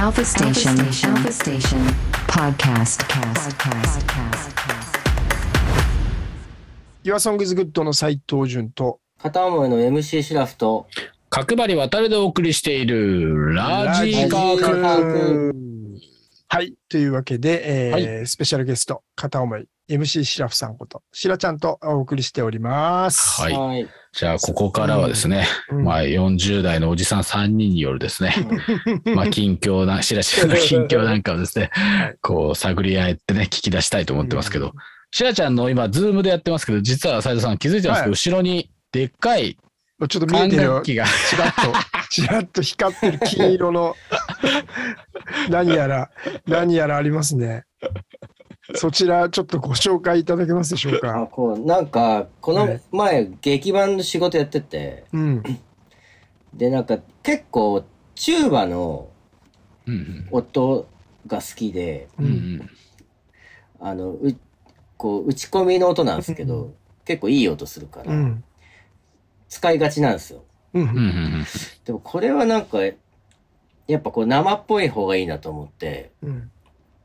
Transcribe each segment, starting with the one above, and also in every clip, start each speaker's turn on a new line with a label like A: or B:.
A: Alpha Station. Alpha Station. Podcast. Podcast. Podcast.
B: 岩ソングズグッドの斉藤淳と
C: 片思いの MC シラフと、
D: 角張り渡るでお送りしているラジカ
C: ラジカ
D: ク
C: ク
B: はいというわけで、えー
D: は
B: スペシャルゲスト片思い MC シラフさんことしらちゃんとお送りしております。
D: はい
C: はい。
D: じゃあここからはですね、
B: うん
D: まあ、40代のおじさん3人によるですね、まあ近況なしらしらの近況なんかをですねこう探り合ってね聞き出したいと思ってますけど、しらちゃんの今ズームでやってますけど実は斉藤さん気づいてますけ
B: は
D: ど、
B: い
D: 後ろにでっかい
B: ちょっと見え
D: 管
B: てるよ
D: 楽器が
B: ちらっと、 ちらっと光ってる金色の、何やら、何やらありますね。そちら、ちょっとご紹介いただけますでしょう
C: あ、
B: か。
C: こう、なんか、この前、劇版の仕事やってて、
B: うん。
C: で、なんか、結構、チューバの
D: うん
C: 音が好きで、
D: うんうん
C: あの、う、こう、打ち込みの音なんですけど、結構いい音するか
B: う
C: ら、
B: ん。
C: 使いがちなんですよ。
B: う
D: うんう
B: ん。
D: んうん
C: でも、これはなんか、やっぱこう、生っぽい方がいいなと思って、
B: うん。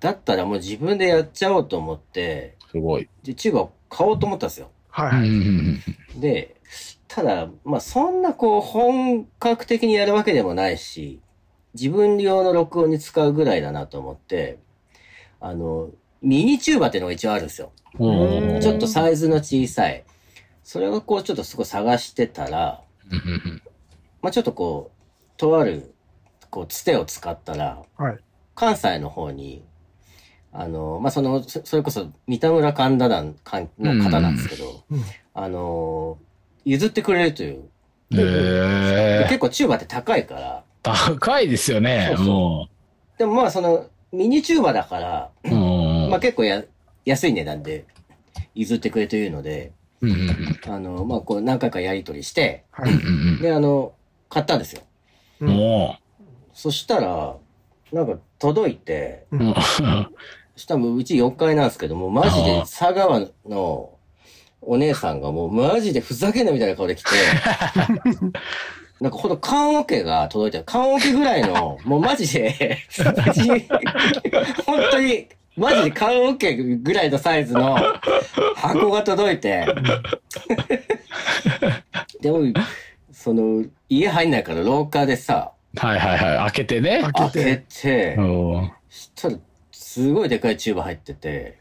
C: だったらもう自分でやっちゃおうと思って、
D: すごい、
C: で、チューバを買おうと思ったんですよ。
B: は
D: うん
B: い。
D: うん
C: で、ただ、まあ、そんなこう、本格的にやるわけでもないし、自分用の録音に使うぐらいだなと思って、あの、ミニチューバーっていうのが一応あるんですよ。
D: うんおー
C: ちょっとサイズの小さい。それをこう、ちょっとすごい探してたら、
D: うんうん
C: まあ、ちょっとこう、とある、こう、つてを使ったら、
B: はい。
C: 関西の方に、あの、まあ、その、そそれこそ、三田村神田団かの方なんですけど、
B: うん
C: あの、譲ってくれるという、
D: うんへ
C: で
D: ー
C: 結構チューバーって高いから、
D: 高いですよね
C: そうそう
D: も
C: でもまあそのミニチューバーだから、
D: ううんうん
C: まあ結構や安い値段で譲ってくれというので、
D: うんうんうん
C: あの、まあこう何回かやり取りして、
B: は
D: うん
B: い。
D: うん
C: であの、買ったんですよ。
D: うんも
C: そしたら、なんか届いて、
D: う、 うん
C: そしたらもううち4階なんですけども、マジ
D: あ
C: で
D: あ
C: 佐川のお姉さんがもうマジでふざけんなみたいな顔で 来て、なんかほんと缶桶が届いてる。缶桶ぐらい の、もうマジで、マジ本当に、マジで缶桶ぐらいのサイズの箱が届 いて、でも、その、家入んないから廊下でさ、
D: はいはいはい。開けてね。
B: 開
C: 開
B: けて。
C: けて
D: う、ん。うん。
C: したら、すごいでかいチューブ入ってて、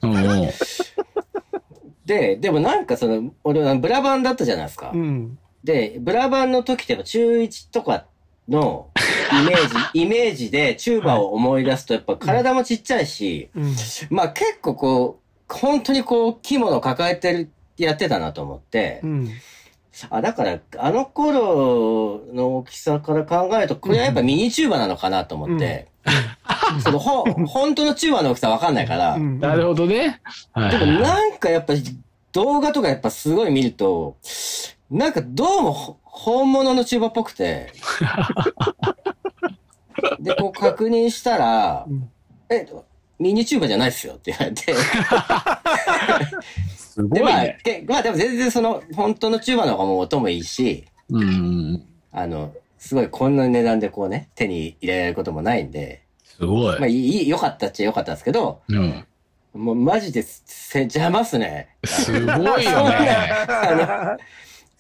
C: で、でもなんかその、俺はブラバンだったじゃないですか。
B: うん。
C: で、ブラバンの時ってやっぱ中1とかのイメー ジ、イメージでチューバーを思い出すとやっぱ体もちっちゃいし、
B: うん。
C: まあ結構こう、本当にこう、着物を抱えてる、やってたなと思って、
B: うん。
C: あ、だから、あの頃の大きさから考えると、これはやっぱミニチューバーなのかなと思って、その、ほ、本当のチューバーの大きさわかんないから、
B: うん
D: なるほどね。はい
C: でも
D: はい
C: なんかやっぱ動画とかやっぱすごい見ると、なんかどうもほ本物のチューバっぽくて。で、こう確認したら
B: うん、
C: え、ミニチューバじゃないっすよって言われ て。
D: すご
C: で、
D: い
C: まあ
D: ね。、
C: けまあでも全然その本当のチューバの方がもう音もいいし、
D: うんうん。
C: あの、すごいこんな値段でこうね、手に入れられることもないんで、
D: すご
C: まあ
D: い。
C: いい、良かったっちゃ良かったんですけど、
D: うん。
C: もうマジでせ邪魔っすね。
D: すごいよね。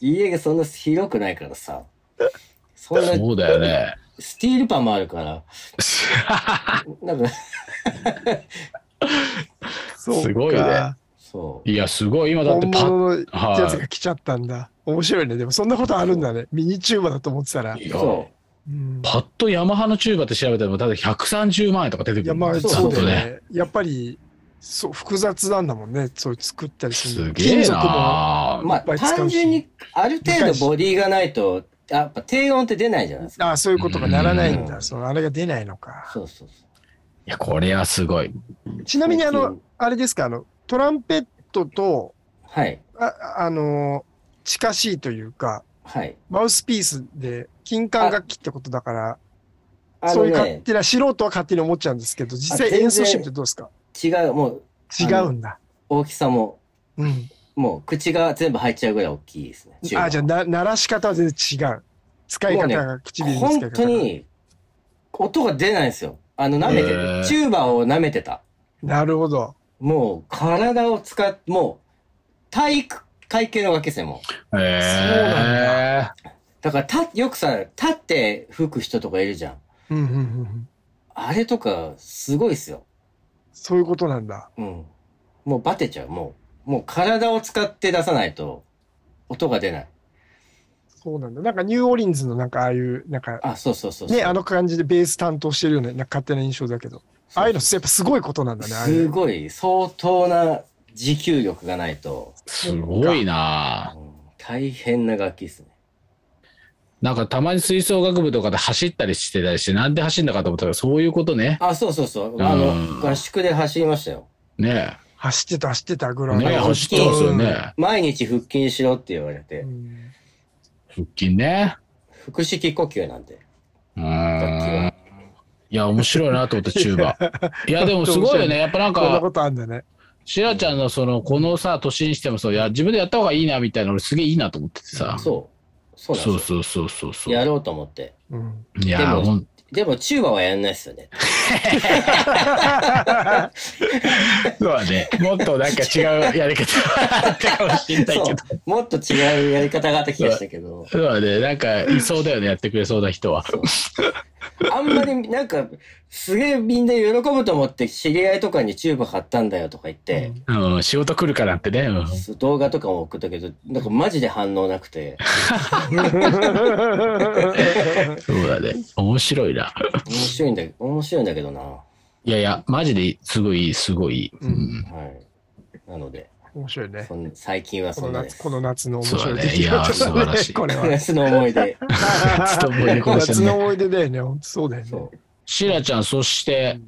C: 家がそんな広くないからさ。そんな、
D: そうだよね。
C: スティールパンもあるから、なんか、
B: そうか
D: すごいね
C: そう。
D: いや、すごい。今だっ
B: 本
D: てパッ。
B: 物のやつが来ちゃったんだ。面白いね。でもそんなことあるんだね。ミニチューバーだと思ってたら。
D: いや
C: そ
B: うん
D: パッとヤマハのチューバって調べたら、ただ130万円とか出てく
B: い
D: る。
B: やまあ
D: ち
B: そ
D: ゃ
B: うんだ
D: と
B: よ
D: ね。
B: ね。やっぱりそう複雑なんだもんね。そう作ったりする
D: す
B: の。
D: げえ
B: 金属も
D: な
C: う。。まあ、
B: ぱい使うし
C: 単純に、ある程度ボディがないと、やっぱ低音って出ないじゃないですか。
B: ああそういうことがならないん
C: う
B: だ。
C: ん
B: そのあれが出ないのか。
C: そうそうそ
D: いや、これはすごい。
B: ちなみにあ
C: う
B: の
C: ん
B: あれですかあのトランペットと
C: う。はい。
B: ああの近しいというか
C: はい。
B: マウスピースで金管楽器ってことだから、
C: あ
B: そ
C: の
B: ういう勝
C: ね、
B: 手な素人は勝手に思っちゃうんですけど実
C: あ
B: 際
C: 全然
B: 演奏してみてどうですか
C: 違う、もう、
B: 違
C: あの
B: うんだ。
C: 大きさも、
B: うん。
C: もう、口が全部入っちゃうぐらい大きいですね。
B: ああじゃあ
C: な
B: な鳴らし方は全然違う。使い方が唇の使い
C: 本
B: 方
C: 当
B: が。
C: に、音が出ないんですよ。あの、舐めて
D: へー
C: る。チューバを舐めてた。
B: なるほど。
C: もう、体を使っ、もう、体育会系の学級生も。
D: ええ
C: だから、た、よくさ、立って吹く人とかいるじゃん。
B: うんうんうんうん。
C: あれとか、すごいっすよ。
B: そういうことなんだ。
C: うん。もうバテちゃう、もう。もう体を使って出さないと、音が出ない。
B: そうなんだ。なんかニューオーリンズのなんかああいう、なんか、
C: あ、そうそうそうそう。
B: ね、あの感じでベース担当してるよね。なんか勝手な印象だけど。ああいうのやっぱすごいことなんだね。ああい
C: す
B: う
C: ごい、相当な持久力がないと、
D: すごいな
C: うん大変な楽器ですね。
D: なんかたまに吹奏楽部とかで走ったりしてたりして、なんで走んだかと思ったら、そういうことね。
C: あ、そうそうそう。
D: ん
C: あの、合宿で走りましたよ。
D: ね
B: 走ってた走ってたぐ
D: え。
B: らい。
D: ねえ、走ってますよね。
C: 毎日腹筋しろって言われて
B: う、ん。
D: 腹筋ね。
C: 腹式呼吸なんで。楽器
D: うーん
C: は。
D: いや、面白いなと思って、チューバ。いや、でもすごいよね。やっぱなん
B: こんな
D: か
B: こ、とあんだね。
D: シラちゃんのその、このさ、年にしてもそう、いや、自分でやった方がいいな、みたいな、俺すげえいいなと思っててさ。
C: そう。そうなん
D: そう
C: です
D: そうそうそうそう。
C: よ。やろうと思って。
B: うん。
D: いや、
C: でも
D: ほん、
C: でも、チューバはやんないっすよね。
D: そうだね。もっとなんか違うやり方 があったかもしれない
C: そ
D: け
C: う
D: ど。。
C: もっと違うやり方があった気がしたけど。
D: そうだね。なんか、いそうだよね、やってくれそうな人は。
C: あんまり、なんか、すげえみんな喜ぶと思って、知り合いとかにチューバ買ったんだよとか言って、
D: うん、仕事来るからってね。うん
C: そう動画とかも送ったけど、なんかマジで反応なくて、
D: そうだね。面白いな。
C: 面白いんだ、面白いんだけどな。はい
D: やいや、マジですごい、すごい。うん。
C: い。なので、
B: 面白いね。
C: そん最近は
B: こ
C: そ
B: の
C: んなで
B: 夏、
C: す。
B: この夏の面
D: そ
B: 白
D: う
B: い
D: だ
B: 出
D: ねい
B: 来事
D: やー
B: だね
D: 素晴らしい
B: これは。
C: 夏の思い 出。
D: 夏と思い出かもしれな
B: 夏
D: い
B: の思い出だよね。本当そうだよね。
C: そ
D: シラちゃん、そして、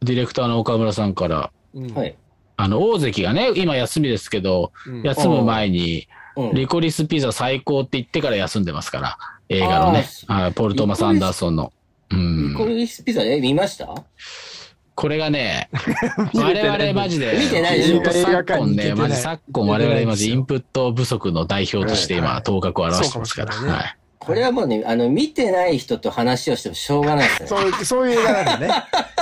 D: ディレクターの岡村さんから、
B: うん
C: う。は。い。
D: あの、大関がね、今休みですけど、
B: うん
D: 休む前に、
C: うん。
D: リコリスピザ最高って言ってから休んでますから、映画のね、
C: あ
D: あポル・トーマス・アンダーソンの。う
C: ニコ
D: ん。
C: リスピザ、え、見ました
D: これがね、
B: 見れてない
D: 我々マジで、
C: 見てないでしょ
D: 本当昨
B: 映
D: 今ね、
B: 画館に行けてな
D: マ
B: い
D: ジ昨今我々マジインプット不足の代表として
B: はいは
D: 今、
B: い
D: 頭角を現してますから。
B: そうかもしれないね
D: はい。
C: これはもうね、あの、見てない人と話をしてもしょうがないですね。
B: そういう、そういう映画なんだ ね。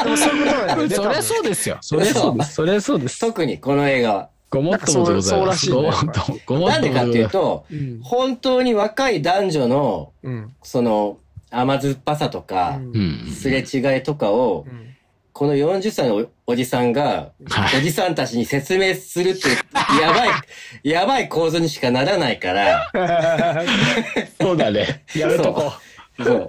B: でもそういうことなんだよね。
D: そりゃそう
B: だ
D: ですよ。。
C: そりゃそうです
D: そりゃそうです。
C: 特にこの映画は。
D: ごもっともでございます。
B: な
D: ごも
B: んか
D: っ
B: そうそうら
D: とも。ごもっ
C: な
D: と
C: ん
D: も
C: でかっていうと、
B: うん。
C: 本当に若い男女の、
B: うん。
C: その、甘酸っぱさとか、
B: うん
D: うん。
C: すれ違いとかを、
B: うん
C: この40歳のおおじさんが、
D: はい
C: おじさんたちに説明するっていう、やばい、やばい構図にしかならないから、
D: そうだね。やめとこ
C: そう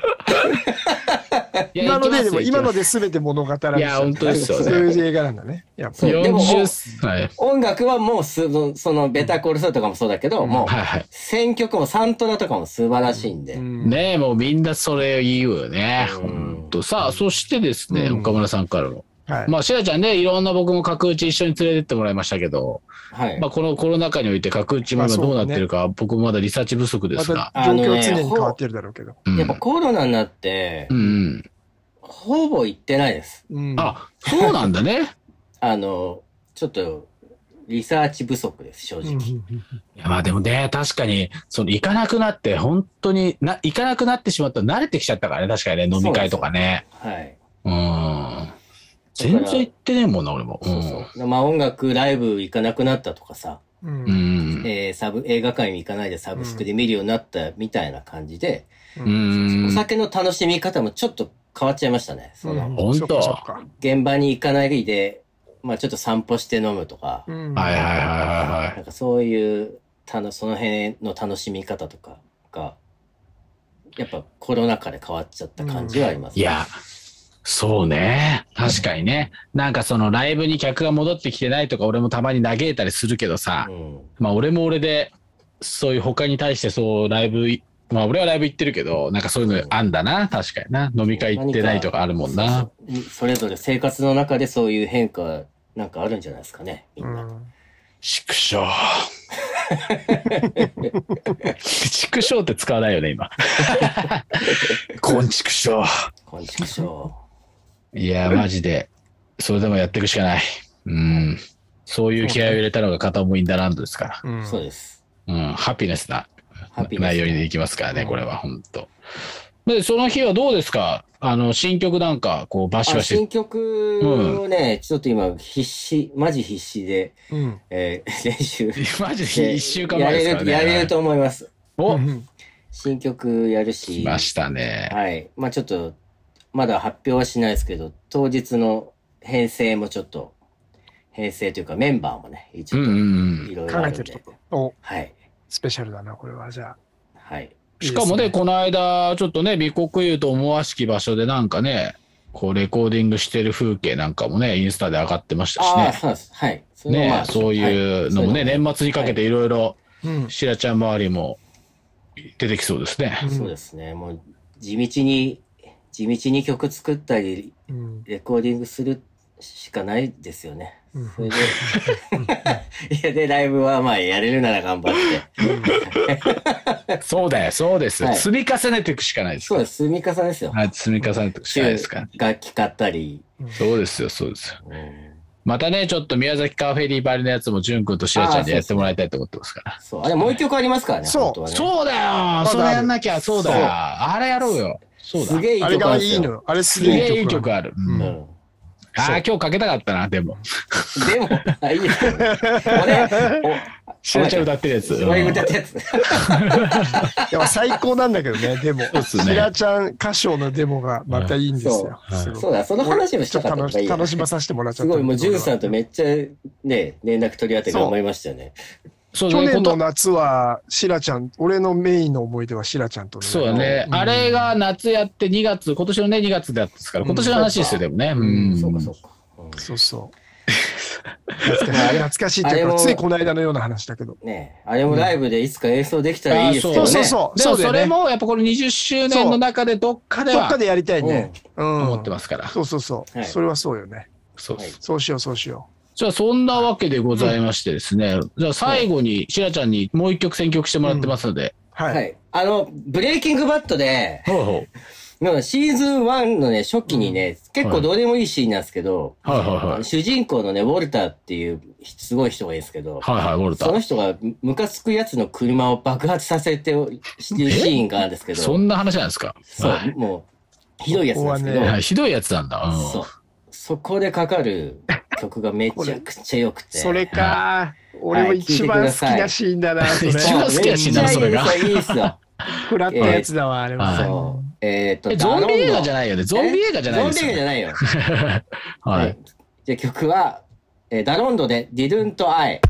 D: う。いや
B: 今ので、でも今の。
D: 行き
B: で全て物語られてた
D: いや本当ですよね
B: そういう映画なんだね。やっぱ
D: ます
C: そう
D: よ
C: でも
D: 40歳。
C: 音楽はもうす、その、ベタコールソーとかもそうだけど、もう、
D: はいはい。
C: 選曲もサントラとかも素晴らしいんで、
B: うん
D: ねえ、もうみんなそれを言うよね。
C: うん
D: 本当さあ、そしてですね、
B: うん
D: 岡村さんからの。
B: はい。
D: まあ、シラちゃんね、いろんな僕も角打ち一緒に連れてってもらいましたけど、
C: はい
D: ま。あ、このコロナ禍において角打ちも今どうなってるか、僕もまだリサーチ不足で
B: ます
D: が。
B: た状況は常に変わってるだろうけど。
D: うん
C: やっぱコロナになって
D: う、んうん。
C: ほぼ行ってないです。
B: うん
D: あ、そうなんだね。
C: あの、ちょっと、リサーチ不足です、正
B: うん
C: 直。
D: いやまあでもね、確かに、その行かなくなって、本当にな、行かなくなってしまったら慣れてきちゃったからね、確かにね、飲み会とかね。
C: はい。
D: うん。全然行ってねえもんな、俺も。
C: そうそう。まあ音楽、ライブ行かなくなったとかさ、
B: うん
D: う
B: うん
D: ん。
C: えーサブ、映画館に行かないでサブスクで見るようになったみたいな感じで、
D: う
C: お
D: ん。
C: 酒の楽しみ方もちょっと変わっちゃいましたね。その、
D: 本当
B: そっかそっか
C: 現場に行かないで、まあちょっと散歩して飲むとか、
B: うん
D: はいはいはいはいは。
C: ないんかそういう、たの、その辺の楽しみ方とかが、やっぱコロナ禍で変わっちゃった感じはあります、
D: いや、そうね。確かにね。なんかそのライブに客が戻ってきてないとか、俺もたまに嘆いたりするけどさ
C: う、ん。
D: まあ俺も俺で、そういう他に対してそうライブい、まあ俺はライブ行ってるけど、なんかそういうのあんだな、確かにな。飲み会行ってないとかあるもんな。
C: そうそうそれぞれ生活の中でそういう変化なんかあるんじゃないですかね、み
B: うん
C: な。
B: ん
D: 畜生。 畜生って使わないよね、今。 こん畜生。
C: こんにちは。
D: いや、マジで。それでもやっていくしかない。うん。そういう気合を入れたのが片思いんだランドですか
B: うん
C: そうです。
D: ら。うん。ハピネスな
C: ハッピーです
D: 内容にできますからね、これは、本当で、その日はどうですかあの、新曲なんか、こう、バシ
C: あ
D: バシ。
C: 新曲をね、ちょっと今、必死、マジ必死で、
B: うん。
C: えー 練習し
D: マジで
C: て。
D: 一週間前ですからね。
C: やれる、やれると思います。
D: お
B: うん
C: 新曲やるし。
D: 来ましたね。
C: はい。まあちょっと、まだ発表はしないですけど、当日の編成もちょっと、編成というかメンバーもね、一
D: う
C: 応、
D: んうんうん
C: い。ろいろあるん
B: 考えて
C: で
B: る。お、
C: はい。
B: スペシャルだな、これは。じゃあ。
C: はい。
B: いい
D: し
B: です
D: かもね、
B: ね
D: この間、ちょっとね、美国湯と思わしき場所でなんかね、こう、レコーディングしてる風景なんかもね、インスタで上がってましたし
C: ああ、
D: ね。
C: そうなんです。はい。それはま
D: ね
C: あ
D: そういうのもね、
C: はい
D: 年末にかけていろいろ、
B: うん。
D: しらちゃん周りも出てきそうで すね。
C: そうですね。もう、地道に、地道に曲作ったり、
B: うん。
C: レコーディングするしかないですよね。
B: うん
C: それで、 いや、で、ライブはまあ、やれるなら頑張って。
D: そうだよ、そうです。
C: はい
D: 積み重ねていくしかないです
C: そう
D: から。
C: です。積み重ねですよ。
D: はい、積み重ねていくしかないですから。
C: 楽器買ったり。
D: そうですよ、そうですよ。
C: うん
D: またね、ちょっと宮崎カーフェリーバリのやつも、ジュン君としらちゃんでやってもらいたいと思ってますから。
C: そう。あれ、もう一曲ありますからね。
B: そう
C: 本当はね、
D: そうだよ
B: だ
D: それやんなきゃ、そうだ
C: そう
D: よあれやろうよそうだ
C: す。げえいい
B: あれ
C: 曲あ
B: が
C: るん
B: い
C: です
B: い
C: よ。
B: の。あれす
D: す
B: げ
D: げえ
B: えい
D: いい
B: い
D: 曲
B: 曲
D: ある。
B: う
D: うんん
C: う
D: あ
C: ん。
D: あ、今日かけたかったな、でも。
C: でも、あいいですよね。俺、
D: しらちゃん歌ってるやつ。
C: お、俺歌ったやつ。
B: でも最高なんだけどね、デ モ。
D: うっすね
B: しらちゃん歌唱のデモがまたいいんですよ。
D: うん
B: すごい
C: そうだ、その話もし
B: ちょ
C: た
B: っと
C: かっ
B: 楽
C: たから
B: し
C: いいよ
B: 楽しまさせてもらっちゃ
C: す
B: った。
C: ごい、もう、ジュンさんとめっちゃ、ね、連絡取り合って頑張りましたよね。
D: そうだ
B: 去
D: ね
B: 年
D: こと
B: の夏はシラちゃん、俺のメインの思い出はシラちゃんとね。
D: そうだね。
B: うん
D: あれが夏やって2月、今年のね、2月だったですから、今年の話ですよ、でもね。うん。
C: そうか、そうか。うん
B: そうそう。懐かしい懐かしいっていう
C: あれ
B: か、
C: も
B: ついこの間のような話だけど。
C: ねあれもライブでいつか演奏できたらいいですけどね。
D: あー
B: そうそう
D: でも
B: そうだ
D: そ
B: よね
D: れも、やっぱこの20周年の中でどっかで
B: どっか
D: は
B: でやりたいね。うん。
D: 思ってますから。
B: そうそうそう、
C: はい
B: それはそうよね。
D: そうです。
B: そうしよう、そうしよ
D: じゃあそんなわけでございましてですね、じゃあ最後にしらちゃんにもう一曲選曲してもらってますので、
B: う。はい。
C: はい。あの、ブレイキングバットで、
D: ほうほ
C: なんかシーズン1のね、初期にね、結構どうでもいいシーンなんですけど、
D: はいはいはい
C: 主人公のね、ウォルターっていうすごい人がいるんですけど、
D: うはいはい、ウォルタ
C: その
D: ー。
C: 人がむムカつくやつの車を爆発させておしてるシーンがあるんですけど、
D: そんな話なんですか
C: そう
D: はい、
C: もう、ひどいやつなんですけ
B: こ
C: ど、
B: こ
D: はい、ひどいやつなんだ。うん
C: そう。そこでかかる曲がめちゃくちゃ良くて。
B: それか、俺も一番好きなシーンだな、それ。
D: 一番好きなシーンだなそれが
C: めっちゃいいですよいいで すよ。
B: フラットなやつだわ、あれは。
D: はい
C: そう。えっと
D: え、ゾンビ映画じゃ
C: ない
D: ないよね。ゾンビ映画じゃないです
C: ゾンビ映画じゃ
D: よ、ね。
C: ないよ。
D: は
C: はいい。。じゃあ曲は、えーダロンドでディドゥンとアイ。